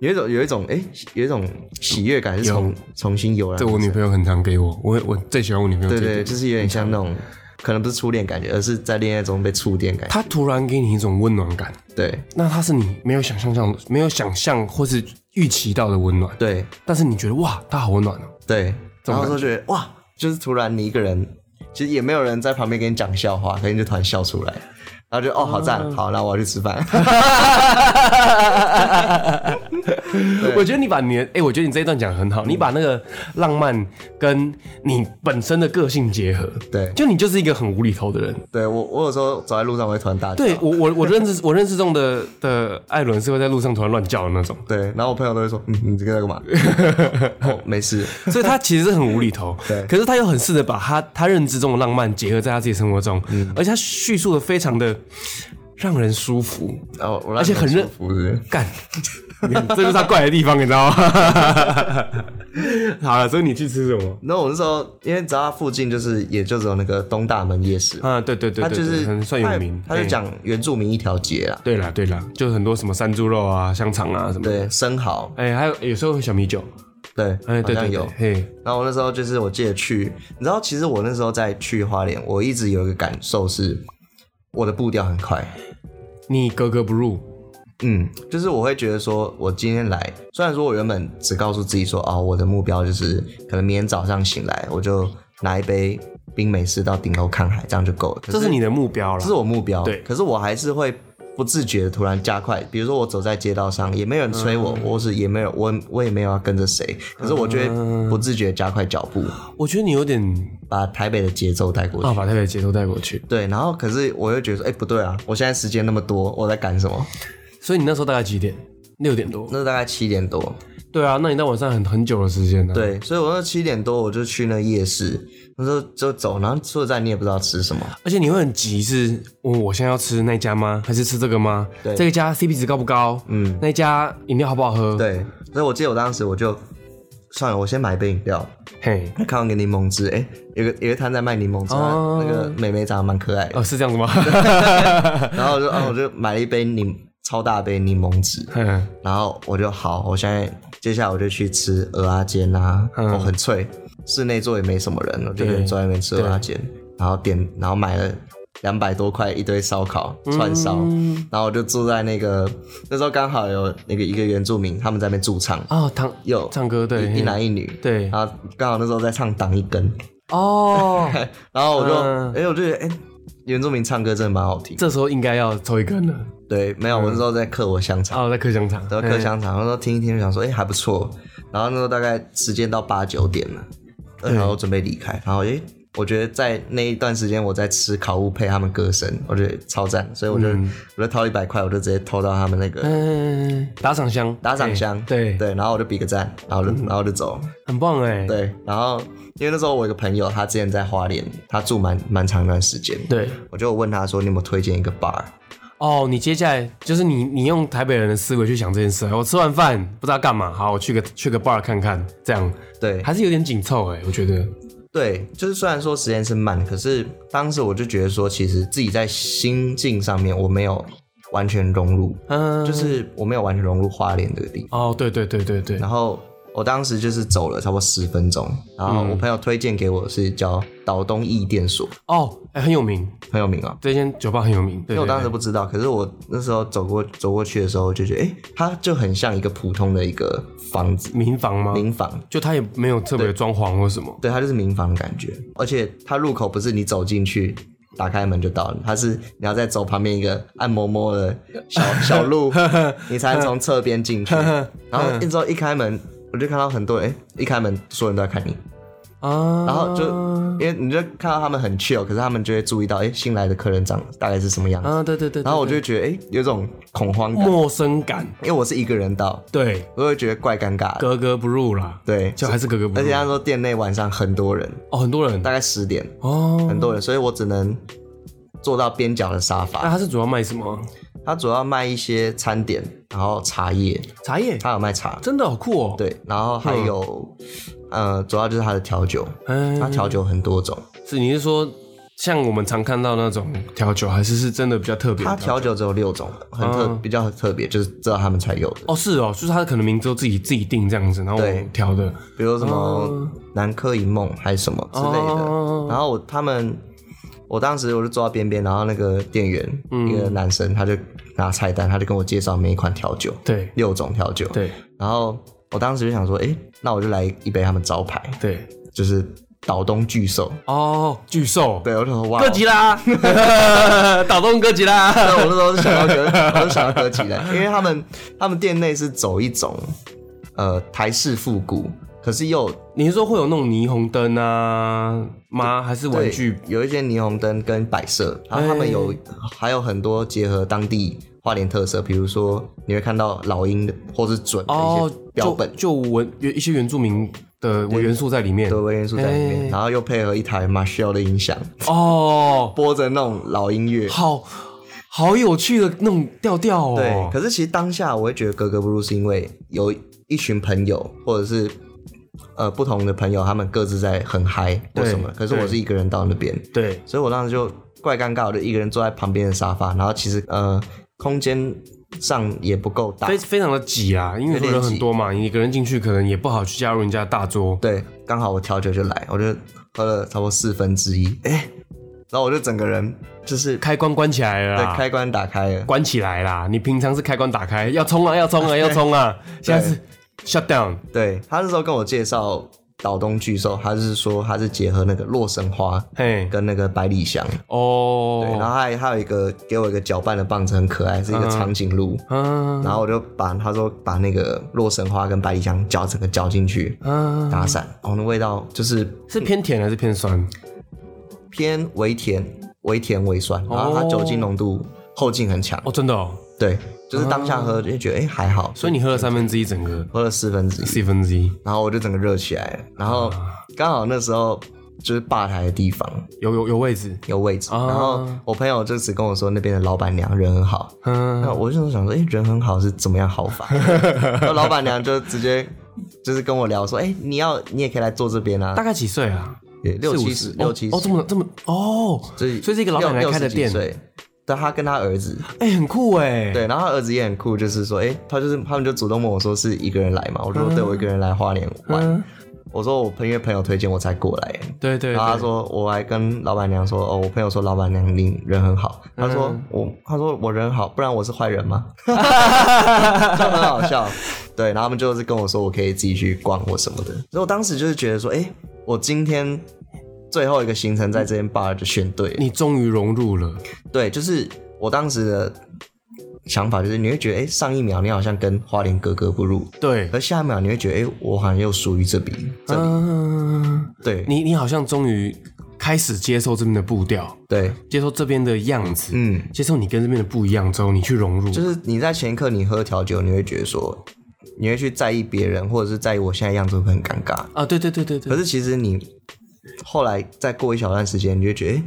B: 有一种有一种哎、诶有一种喜悦感是重重新油然
A: 这
B: 而
A: 我
B: 生。
A: 女朋友很常给我，我我最喜欢我女朋友这一
B: 对
A: 点。
B: 对，就是有点像那种可能不是初恋感觉，而是在恋爱中被触电感觉。
A: 她突然给你一种温暖感，
B: 对
A: 那它是你没有想象上、没有想象或是预期到的温暖，
B: 对
A: 但是你觉得哇，它好温暖哦、
B: 对，
A: 种
B: 然后
A: 感
B: 就觉得哇，就是突然你一个人，其实也没有人在旁边给你讲笑话，可是你就突然笑出来，然后就哦好赞，好，那我要去吃饭。 *laughs*
A: 我觉得你把你的，哎、我觉得你这一段讲得很
B: 嗯
A: 好，你把那个浪漫跟你本身的个性结合，
B: 对
A: 就你就是一个很无厘头的人。
B: 对我我有时候走在路上我会突然大叫，
A: 对我我我认识 *laughs* 我认识中的的艾伦是会在路上突然乱叫的那
B: *laughs*
A: 种，
B: 对，然后我朋友都会说，嗯，你这个在
A: *laughs*
B: 干嘛？哦，没事，
A: 所以他其实是很无厘头，
B: 对
A: 可是他又很试着把他他认知中的浪漫结合在他自己生活中，
B: 嗯
A: 而且他叙述的非常的让人舒服，
B: 然后哦我
A: 而且很认
B: 认，服是不是
A: 干， *laughs* 你看这就是他怪的地方，你知道吗？ *laughs* 好了，所以你去吃什么？
B: 然后我那时候，因为只要它附近就是也就只有那个东大门夜市，
A: 啊，对对对
B: 它
A: 对，
B: 就
A: 对
B: 是
A: 很算有名。
B: 它就
A: 嘿，
B: 讲原住民一条街啦，
A: 对啦对啦，就是很多什么山猪肉啊、香肠啊什么的。
B: 对，生蚝，
A: 哎，还有有时候会小米酒，
B: 对，
A: 哎，对
B: 好
A: 对
B: 像
A: 对
B: 有。
A: 嘿，
B: 然后我那时候就是我记得去，你知道，其实我那时候在去花莲，我一直有一个感受是，我的步调很快，
A: 你格格不入，
B: 嗯，就是我会觉得说，我今天来，虽然说我原本只告诉自己说，哦，我的目标就是可能明天早上醒来，我就拿一杯冰美式到顶楼看海，这样就够了。可
A: 这是你的目标
B: 这是
A: 了。
B: 我目标，
A: 对
B: 可是我还是会不自觉的突然加快，比如说我走在街道上，也没有人催我，或是也没有我我也没有要跟着谁，可是我就会不自觉地加快脚步，
A: 我觉得你有点
B: 把台北的节奏带过去。
A: 啊，把台北节奏带过去。
B: 对，然后可是我又觉得说，哎、不对啊，我现在时间那么多，我在赶什么？
A: 所以你那时候大概几点？六点多。
B: 那大概七点多，
A: 对啊，那你到晚上很很久的时间啊呢。，
B: 对，所以我那七点多我就去那夜市，那时候就走，然后说实在你也不知道吃什么，
A: 而且你会很急，是我我现在要吃那家吗？还是吃这个吗？
B: 对
A: 这个家 CP 值高不高？嗯，那家饮料好不好喝？，
B: 对，所以我记得我当时我就算了，我先买一杯饮料，
A: 嘿，
B: 看到个柠檬汁，哎、有个有个摊在卖柠檬汁，
A: 哦
B: 那个妹妹长得蛮可爱的，
A: 哦，是这样
B: *laughs*
A: 子吗？
B: 然后我就、啊、我就买了一杯柠超大杯柠檬汁，
A: 嗯
B: 然后我就好，我现在接下来我就去吃鹅阿煎啊，我、
A: 嗯
B: 很脆，室内坐也没什么人，我就
A: 对嗯
B: 坐在那边吃鹅阿煎，然后点然后买了两百多块一堆烧烤
A: 嗯
B: 串烧，然后我就住在那个那时候刚好有那个一个原住民他们在那边驻唱，
A: 啊，唱
B: 有
A: 唱歌对，
B: 一一男一啊女，
A: 对
B: 然后刚好那时候在唱《挡一根》，
A: 哦，
B: *laughs* 然后我就
A: 嗯
B: 哎、我就觉得哎、原住民唱歌真的蛮好听，
A: 这时候应该要抽一根了。
B: 对，没有，我那时候在嗑我香肠。
A: 哦，在客香肠，
B: 然后刻香肠，然后听一听，想说哎、还不错。然后那时候大概时间到八九点了，然后我准备离开，然后哎、我觉得在那一段时间我在吃烤物配他们歌声，我觉得超赞，所以我就、我就掏一百块，我就直接偷到他们那个。
A: 嗯，打赏箱，
B: 打赏箱，
A: 对嗯
B: 对，然后我就比个赞，然后就然后就走，
A: 很棒哎，
B: 对，然后因为那时候我有个朋友，他之前在花莲，他住蛮蛮长一段时间，，
A: 对，
B: 我就问他说你有没有推荐一个 bar，
A: 哦，你接下来就是你，你用台北人的思维去想这件事。我吃完饭不知道干嘛，好，我去个去个 bar 看看，这样
B: 对，
A: 还是有点紧凑哎，我觉得。
B: 对，就是虽然说时间是慢，可是当时我就觉得说，其实自己在心境上面我没有完全融入，
A: 嗯，
B: 就是我没有完全融入花莲这个地方。
A: 哦，对对对对对，
B: 然后我当时就是走了差不多十分钟，然后我朋友推荐给我是叫岛东艺电所，
A: 哦，哎，很有名，
B: 很有名啊。
A: 这间酒吧很有名。对
B: 因为我
A: 对
B: 当时不知道，可是我那时候走过走过去的时候，就觉得，哎、它就很像一个普通的一个房子
A: 对民房吗？
B: 民房，
A: 就它也没有特别的装潢或什么。
B: 对，它就是民房的感觉，而且它入口不是你走进去打开门就到了，它是你要再走旁边一个按摩摸的
A: *laughs*
B: 小小路，你才能从侧边进去。然后一之后一开门，我就看到很多人，诶一开门所有人都在看你，
A: 啊，
B: 然后就因为你就看到他们很 chill，可是他们就会注意到，哎、新来的客人长大概是什么样子，
A: 啊，对对对，对
B: 然后我就会觉得，哎、有种恐慌感，
A: 陌生感，
B: 因为我是一个人到，
A: 对，
B: 我会觉得怪尴尬的，
A: 格格不入啦。，
B: 对，
A: 就还是格格不
B: 而
A: 入
B: 且。他说店内晚上很多人，
A: 哦，很多人
B: 大概十点。
A: 哦，
B: 很多人，所以我只能坐到边角的沙
A: 那
B: 发。
A: 它是主要卖什么？
B: 它主要卖一些餐点，然后茶叶，
A: 茶叶，
B: 它有卖茶，
A: 真的好酷哦。，
B: 对，然后还有，呃，主要就是它的调酒，
A: 嗯，
B: 它调酒很多种，
A: 是你是说像我们常看到那种调酒，还是是真的比较特别的
B: 它
A: 调酒？
B: 调酒只有六种，很特
A: 嗯
B: 比较特别，就是只有他们才有的，
A: 哦，是哦，就是他可能名字都自己自己定这样子，然后我
B: 对
A: 们调的
B: 比如什么南柯一梦还是什么之类
A: 嗯哦
B: 的。然后我他们，我当时我就坐到边边，然后那个店员
A: 嗯
B: 一个男生，他就拿菜单，他就跟我介绍每一款调酒，
A: 对
B: 六种调酒，
A: 对
B: 然后我当时就想说，诶，那我就来一杯他们招牌，
A: 对
B: 就是岛东巨兽。
A: 哦，巨兽，
B: 对，我就说哇，
A: 哥吉拉， *laughs* 打动哥吉拉，
B: 对我那时候是想到哥， *laughs* 我是想到哥吉的，因为他们他们店内是走一种呃台式复古，可是又
A: 你是说会有那种霓虹灯啊吗？还是玩
B: 对
A: 具？
B: 有一些霓虹灯跟摆设，然后他们有、
A: 哎
B: 还有很多结合当地花莲特色，比如说你会看到老鹰的或是准的一
A: 哦
B: 些，标
A: 就
B: 本。
A: 就文原一些原住民的元素在里面
B: 对，微元素在里面，
A: 哎
B: 然后又配合一台 Marshall 的音响，
A: 哦，
B: 播着那种老音乐，
A: 好好有趣的那种调调哦。
B: 对，可是其实当下我会觉得格格不入，是因为有一群朋友或者是呃不同的朋友，他们各自在很嗨或
A: 对
B: 什么，可是我
A: 对
B: 是一个人到那边，
A: 对
B: 所以我当时就怪尴尬，我就一个人坐在旁边的沙发，然后其实呃空间上也不够大
A: 非，非常的挤啊，因为
B: 点
A: 人很
B: 挤
A: 多嘛，你一个人进去可能也不好去加入人家的大桌。
B: 对，刚好我调酒就来，我就喝了差不多四分之一，哎、然后我就整个人就是
A: 开关关起来了啊
B: 对
A: 啦，
B: 开关打开了，
A: 关起来啦。你平常是开关打开，要冲啊，要
B: *laughs*
A: 冲啊，要冲啊，现在是 shut down。
B: 对他那时候跟我介绍。岛东巨兽，他是说他是结合那个洛神花，
A: 嘿，
B: 跟那个百里香，对，
A: 哦，
B: 然后还还有一个给我一个搅拌的棒子，很可爱，是一个长颈鹿，
A: 嗯
B: 然后我就把他说把那个洛神花跟百里香搅整个搅进去
A: 嗯，
B: 打散，然后那味道就是
A: 是偏甜还是偏酸？
B: 偏微甜，微甜微酸，然后它
A: 哦
B: 酒精浓度后劲很强，
A: 哦，嗯真的哦，
B: 对，就是当下喝就觉得哎、还好，
A: 所以你喝了三分之一整个，
B: 喝了四分之一，
A: 四分之一，
B: 然后我就整个热起来了，然后
A: 啊
B: 刚好那时候就是吧台的地方
A: 有有有位置，
B: 有位置，
A: 啊
B: 然后我朋友就只跟我说那边的老板娘人很好，
A: 嗯，
B: 那我就想说，哎、人很好是怎么样好法？ *laughs* 那老板娘就直接就是跟我聊说，哎、你要你也可以来坐这边啊
A: 大，概几岁啊？
B: 也六
A: 四五
B: 七十，六七
A: 哦，这
B: 十，
A: 么这么哦，
B: 所以
A: 所以这个老板娘开的店
B: 六六十几岁但他跟他儿子，
A: 哎，很酷哎，
B: 对，然后他儿子也很
A: 嗯
B: 酷，就是说，哎、他就是他们就主动问我说是一个人来嘛，我就说对我一个人来花莲玩，我说我朋友朋友推荐我才过来耶，
A: 对对
B: 然后他
A: 对，
B: 说，我还跟老板娘说，哦，我朋友说老板娘你人很好。他说、
A: 嗯
B: 我，他说我人好，不然我是坏
A: *laughs*
B: 人吗？就很好笑。对，然后他们就是跟我说，我可以自己去逛或什么的。所以我当时就是觉得说，哎、我今天最后一个行程在这间 bar 就选对了。
A: 你终于融入了，
B: 对，就是我当时的想法就是，你会觉得，哎、上一秒你好像跟花莲格格不入，
A: 对，
B: 而下一秒你会觉得，哎、我好像又属于这里。这里
A: 嗯，
B: 对，
A: 你你好像终于开始接受这边的步调，
B: 对，
A: 接受这边的样子，
B: 嗯。
A: 接受你跟这边的不一样之后，你去融入，
B: 就是你在前一刻你喝调酒，你会觉得说，你会去在意别人，或者是在意我现在样子会不会很尴尬。
A: 啊，对对对对对
B: 可，是其实你后来再过一小段时间，你就会觉得，诶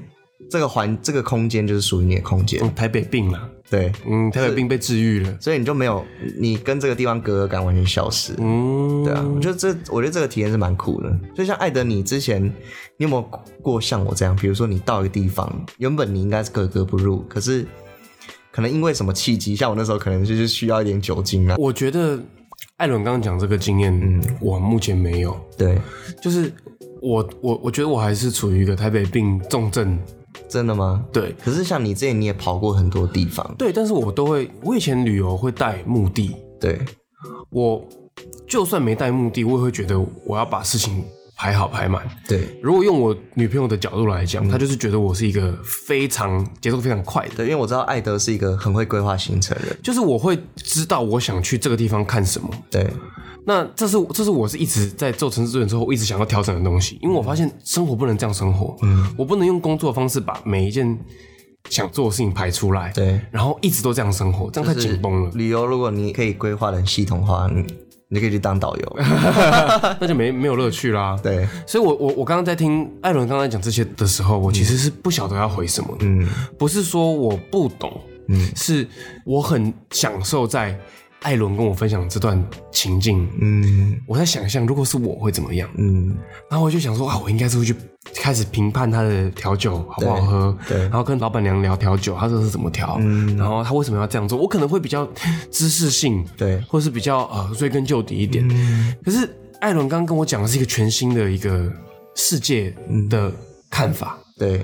B: 这个环这个空间就是属于你的空间，
A: 嗯，台北病了，
B: 对，
A: 嗯，台北病被治愈了，
B: 所以你就没有你跟这个地方隔阂感完全消失。
A: 嗯，
B: 对啊，我觉得这我觉得这个体验是蛮酷的。就像艾德，你之前你有没有过像我这样？比如说你到一个地方，原本你应该是格格不入，可是可能因为什么契机，像我那时候可能就是需要一点酒精啊。
A: 我觉得艾伦刚刚讲这个经验，我目前没有，
B: 对，
A: 就是我我我觉得我还是处于一个台北病重症，
B: 真的吗？
A: 对
B: 可是像你之前你也跑过很多地方，
A: 对，但是我都会，我以前旅游会带目的，
B: 对
A: 我就算没带目的，我也会觉得我要把事情排好排满。
B: 对
A: 如果用我女朋友的角度来讲，她就是觉得我是一个非常节奏非常快的，
B: 对，因为我知道艾德是一个很会规划行程的人，
A: 就是我会知道我想去这个地方看什么。
B: 对
A: 那这是这是我是一直在做城市资源之后，我一直想要调整的东西，因为我发现生活不能这样生活，嗯，我不能用工作的方式把每一件想做的事情排出来，，
B: 对。
A: 然后一直都这样生活，这样太紧绷 *laughs* 了，
B: 旅游如果你可以规划的很系统化，你你就可以去当导 *laughs* 游，
A: 那就没没有乐趣啦。
B: 对
A: 所以我，我我刚刚在听艾伦刚才讲这些的时候，我其实是不晓得要回什么的。嗯，不是说我不懂，嗯，是我很享受在艾伦跟我分享这段情境。
B: 嗯
A: 我在想象，如果是我会怎么样？
B: 嗯，
A: 然后我就想说啊，我应该是会去开始评判他的调酒好不好喝，
B: 对对嗯
A: 然后跟老板娘聊调酒，他这是怎么调，然后他为什么要这样做，我可能会比较 *laughs* 知识性，
B: 对
A: 或是比较呃追根究底一点。
B: 嗯
A: 可是艾伦刚刚跟我讲的是一个全新的一个世界的看法，
B: 对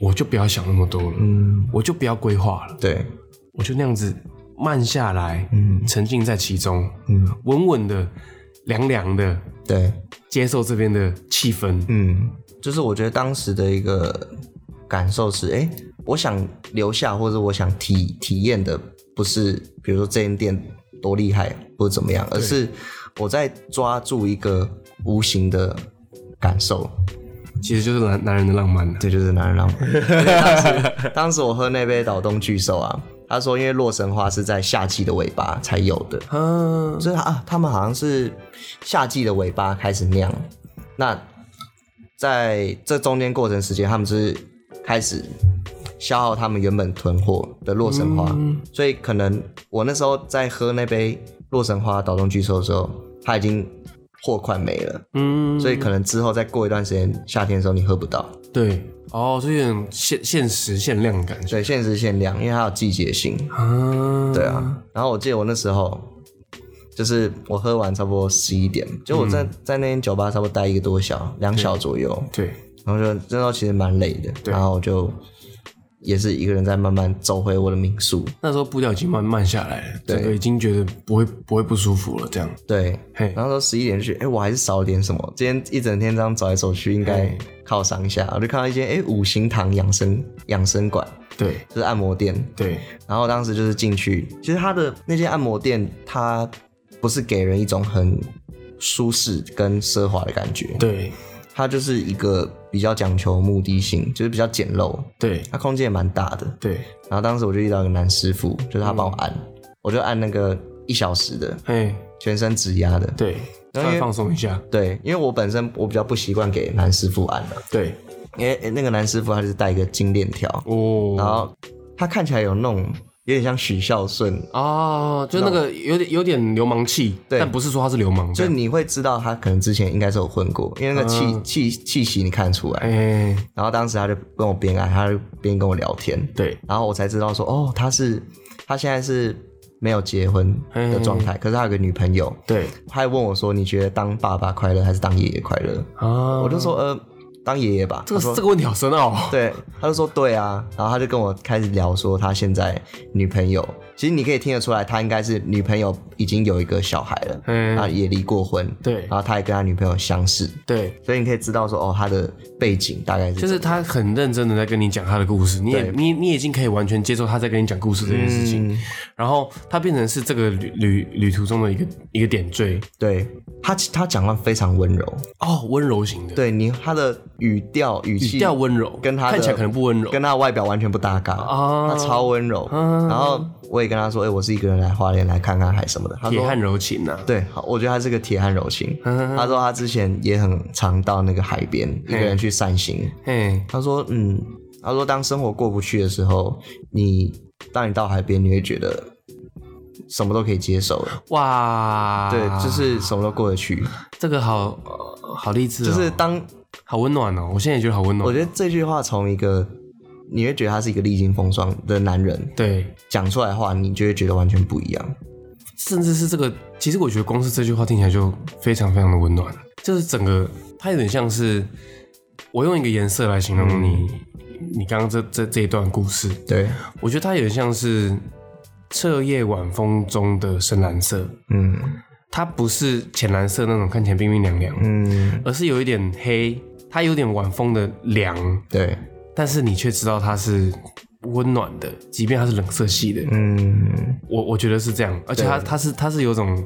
A: 我就不要想那么多了，
B: 嗯
A: 我就不要规划了，
B: 对
A: 我就那样子慢下来，
B: 嗯
A: 沉浸在其中，
B: 嗯
A: 稳稳的、凉凉的
B: 对
A: 接受这边的气氛。
B: 嗯，就是我觉得当时的一个感受是，哎、我想留下或者我想体体验的，不是比如说这间店多厉害或者怎么样，而是我在抓住一个无形的感受。
A: 其实就是男男人的浪漫啊了。
B: 这就是男人浪漫。因为当时 *laughs* 当时我喝那杯岛东巨兽啊，他说因为洛神花是在夏季的尾巴才有的，
A: 嗯，
B: 所以他啊，他们好像是夏季的尾巴开始酿，那在这中间过程时间，他们是开始消耗他们原本囤货的洛神花，
A: 嗯
B: 所以可能我那时候在喝那杯洛神花岛东巨兽的时候，它已经货快没了，
A: 嗯，
B: 所以可能之后再过一段时间，夏天的时候你喝不到。
A: 对，哦，所以有点限限时限量的感觉
B: 对，限时限量，因为它有季节性。
A: 啊。
B: 对，啊，然后我记得我那时候就是我喝完差不多十一点，就我在、在那间酒吧差不多待一个多小两小左右，
A: 对，
B: 然后就那时候其实蛮累的，然后我就也是一个人在慢慢走回我的民宿。
A: 那时候步调已经慢慢下来了，
B: 对
A: 整个已经觉得不会不会不舒服了，这样。
B: 对，
A: 嘿
B: 然后说十一点就觉得，哎、我还是少了点什么。今天一整天这样走来走去，应该犒赏一下。我就看到一间哎、五行堂养生养生馆，
A: 对
B: 就是按摩店，
A: 对，
B: 然后当时就是进去，其实它的那间按摩店，它不是给人一种很舒适跟奢华的感觉，
A: 对
B: 它就是一个比较讲求目的性，就是比较简陋，
A: 对
B: 它空间也蛮大的。
A: 对，
B: 然后当时我就遇到一个男师傅，就是他帮我按，我就按那个一小时的
A: 哎，
B: 全身指压的，
A: 对，稍微放松一下。
B: 对，因为我本身我比较不习惯给男师傅按了，
A: 对，
B: 因为那个男师傅他就是带一个金链条，然
A: 哦，
B: 后他看起来有那种有点像许孝顺
A: 啊，就那个有点有点流氓气，
B: 对
A: 但不是说他是流氓，这
B: 就
A: 样
B: 你会知道他可能之前应该是有混过，因为那个气、
A: 嗯
B: 气气息你看得出来。
A: 哎，
B: 然后当时他就跟我边按，他就边跟我聊天，
A: 对
B: 然后我才知道说，哦，他是他现在是没有结婚的状态，可是他有个女朋友，
A: 对
B: 他还问我说：“你觉得当爸爸快乐还是当爷爷快乐
A: 啊？”，
B: 我就说：“呃，当爷爷吧。”
A: 这
B: 他说
A: 个这个问题好深奥、哦。
B: *laughs* 对，他就说对啊，然后他就跟我开始聊说他现在女朋友，其实你可以听得出来，他应该是女朋友已经有一个小孩了，
A: 嗯
B: 啊也离过婚，
A: 对
B: 然后他也跟他女朋友相识，
A: 对，
B: 所以你可以知道说哦他的背景大概是
A: 就是他很认真的在跟你讲他的故事，你也
B: 对嗯
A: 你你已经可以完全接受他在跟你讲故事这件事情，然后他变成是这个旅旅旅途中的一个一个点缀
B: 对他他讲话非常温柔，
A: 哦，温柔型的，
B: 对你他的语调语气
A: 语调温柔，
B: 跟他的
A: 看起来可能不温柔，
B: 跟他的外表完全不搭嘎，
A: 啊
B: 他超温柔，
A: 嗯
B: 然后我也跟他说，哎、我是一个人来花莲来看看海什么的，他
A: 铁
B: 说
A: 汉柔情呐、啊，
B: 对，好，我觉得他是个铁汉柔情。他说他之前也很常到那个海边一个人去散心。
A: 嘿，
B: 他说，嗯，他说当生活过不去的时候，你当你到海边，你会觉得什么都可以接受了。
A: 哇，
B: 对，就是什么都过得去。
A: 这个好呃好励志、哦，
B: 就是当
A: 好温暖哦，我现在也觉得好温暖，
B: 我觉得这句话从一个你会觉得他是一个历经风霜的男人
A: 对，
B: 讲出来的话，你就会觉得完全不一样。
A: 甚至是这个，其实我觉得光是这句话听起来就非常非常的温暖，就是整个它有点像是我用一个颜色来形容你，
B: 嗯
A: 你刚刚这这这一段故事，
B: 对，
A: 我觉得它有点像是彻夜晚风中的深蓝色，
B: 嗯
A: 它不是浅蓝色那种看起来冰冰凉凉，
B: 嗯，
A: 而是有一点黑，它有点晚风的凉，
B: 对，
A: 但是你却知道它是温暖的，即便它是冷色系的，
B: 嗯
A: 我我觉得是这样，而且它它是它是有种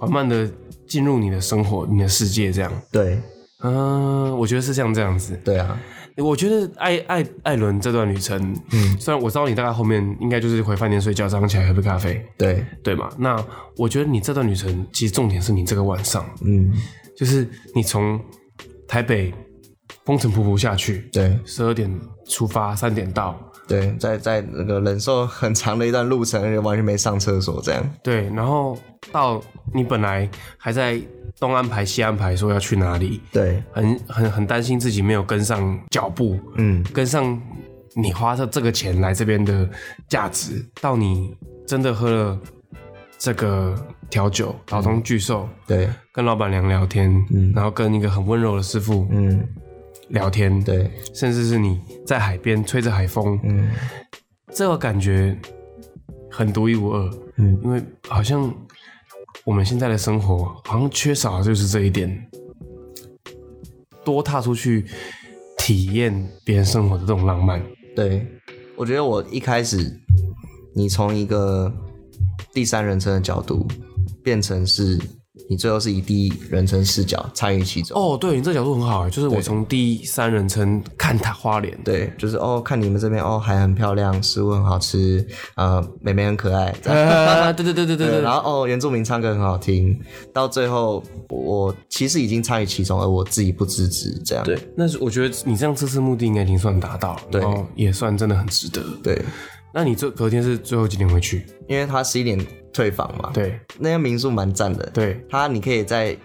A: 缓慢的进入你的生活、你的世界这样。
B: 对
A: 嗯、我觉得是像这样子。
B: 对啊，
A: 我觉得艾艾艾伦这段旅程，嗯，虽然我知道你大概后面应该就是回饭店睡觉，早上起来喝杯咖啡，
B: 对，
A: 对吗？那我觉得你这段旅程其实重点是你这个晚上，
B: 嗯
A: 就是你从台北风尘仆仆下去，
B: 对。
A: 十二点出发，三点到，
B: 对，在在那个忍受很长的一段路程，而且完全没上厕所这样。
A: 对，然后到你本来还在东安排西安排，说要去哪里，
B: 对，
A: 很很很担心自己没有跟上脚步，
B: 嗯，
A: 跟上你花这这个钱来这边的价值，到你真的喝了这个调酒，老东巨兽，
B: 对，
A: 跟老板娘聊天，
B: 嗯
A: 然后跟一个很温柔的师傅
B: 嗯，
A: 聊天，，
B: 对，
A: 甚至是你在海边吹着海风，
B: 嗯
A: 这个感觉很独一无二，
B: 嗯
A: 因为好像我们现在的生活好像缺少的就是这一点，多踏出去体验别人生活的这种浪漫。
B: 对。我觉得我一开始，你从一个第三人称的角度，变成是你最后是以第一人称视角参与其中。
A: 哦，对你这角度很好欸，就是我从第三人称看他花脸，
B: *laughs* 对，就是哦，看你们这边哦，海很漂亮，食物很好吃，呃，妹妹很可爱，这样 *laughs*
A: 呃对对对对对
B: 对，
A: 对，
B: 然后哦，原住民唱歌很好听，到最后我其实已经参与其中，而我自己不自知，这样。
A: 对，那是我觉得你这样这次目的应该已经算达到了，
B: 对
A: 然后也算真的很值得。
B: 对，
A: 那你这隔天是最后几点回去？
B: 因为他十一点退房嘛，
A: 对
B: 那家民宿蛮赞的。，
A: 对
B: 他你可以在，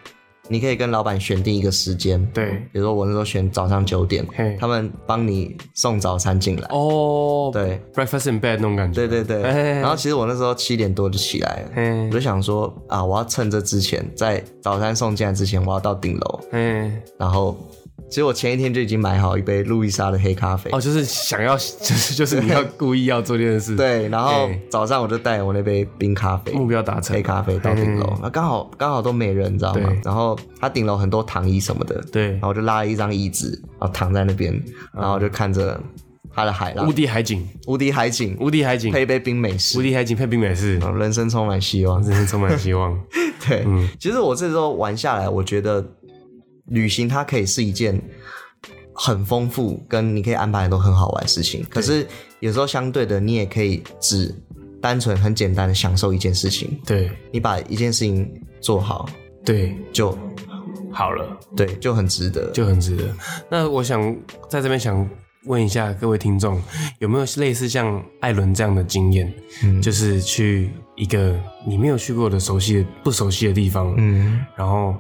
B: 你可以跟老板选定一个时间，，
A: 对，
B: 比如说我那时候选早上九点
A: 嘿，
B: 他们帮你送早餐进来。
A: 哦，
B: 对，
A: ，breakfast in bed 那种感觉，
B: 对对对。
A: 哎
B: 然后其实我那时候七点多就起来了，
A: 嘿
B: 我就想说啊，我要趁这之前，在早餐送进来之前，我要到顶楼，
A: 嗯，
B: 然后。其实我前一天就已经买好一杯路易莎的黑咖啡，
A: 哦，就是想要，就是就是你要故意要做这件事，，
B: 对，然后
A: 嘿
B: 早上我就带我那杯冰咖啡，
A: 目标达成
B: 黑，咖啡到顶楼，那刚好刚好都没人，你知道吗
A: 嗯对？
B: 然后他顶楼很多躺椅什么的，
A: 对嗯
B: 然后，我就拉了一张椅子，然后躺在那边，然后就看着他的海浪
A: 无，敌海景，
B: 无敌海景，
A: 无敌海景，
B: 配一杯嗯冰美
A: 无
B: 式，
A: 敌海景配冰美式，
B: 然后人生充满希
A: *laughs*
B: 望。
A: 真是充满希望，
B: *laughs* 对，其实我这周玩下来，我觉得旅行它可以是一件很丰富，跟你可以安排很多很好玩的事情。可是有时候相对的，你也可以只单纯很简单的享受一件事情。
A: 对
B: 你把一件事情做好，
A: 对，
B: 就
A: 好了。
B: 对，就很值得。
A: 就很值得。那我想在这边想问一下各位听众，有没有类似像艾伦这样的经验？
B: 嗯
A: 就是去一个你没有去过的熟悉的不熟悉的地方，
B: 嗯，
A: 然后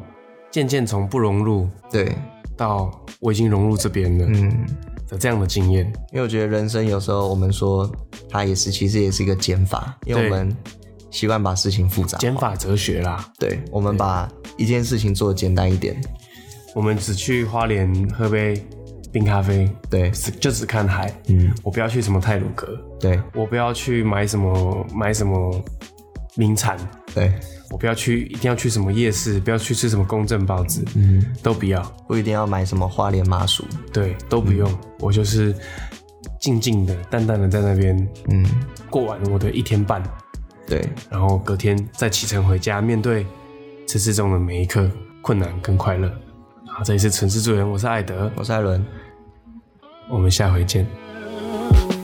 A: 渐渐从不融入
B: 对，
A: 到我已经融入这边了、
B: 嗯，
A: 的这样的经验。
B: 因为我觉得人生有时候我们说它也是，其实也是一个减法，因为
A: 对
B: 我们习惯把事情复
A: *laughs*
B: 杂。
A: 减法哲学啦。
B: 对，我们把一件事情做简单一点。
A: 我们只去花莲喝杯冰咖啡，
B: 对
A: 只就只看海。嗯，我不要去什么泰鲁阁，
B: 对
A: 我不要去买什么买什么名产，
B: 对，
A: 我不要去一定要去什么夜市，不要去吃什么公正包子，嗯，都不要，
B: 不一定要买什么花莲麻薯。
A: 对，都不用，我就是静静的、淡淡的在那边，嗯，过完我的一天半，
B: 对，
A: 然后隔天再启程回家，面对城市中的每一刻困难跟快乐。好，这里是城市助人，我是艾德，
B: 我是艾伦。
A: 我们下回见。
C: Thank you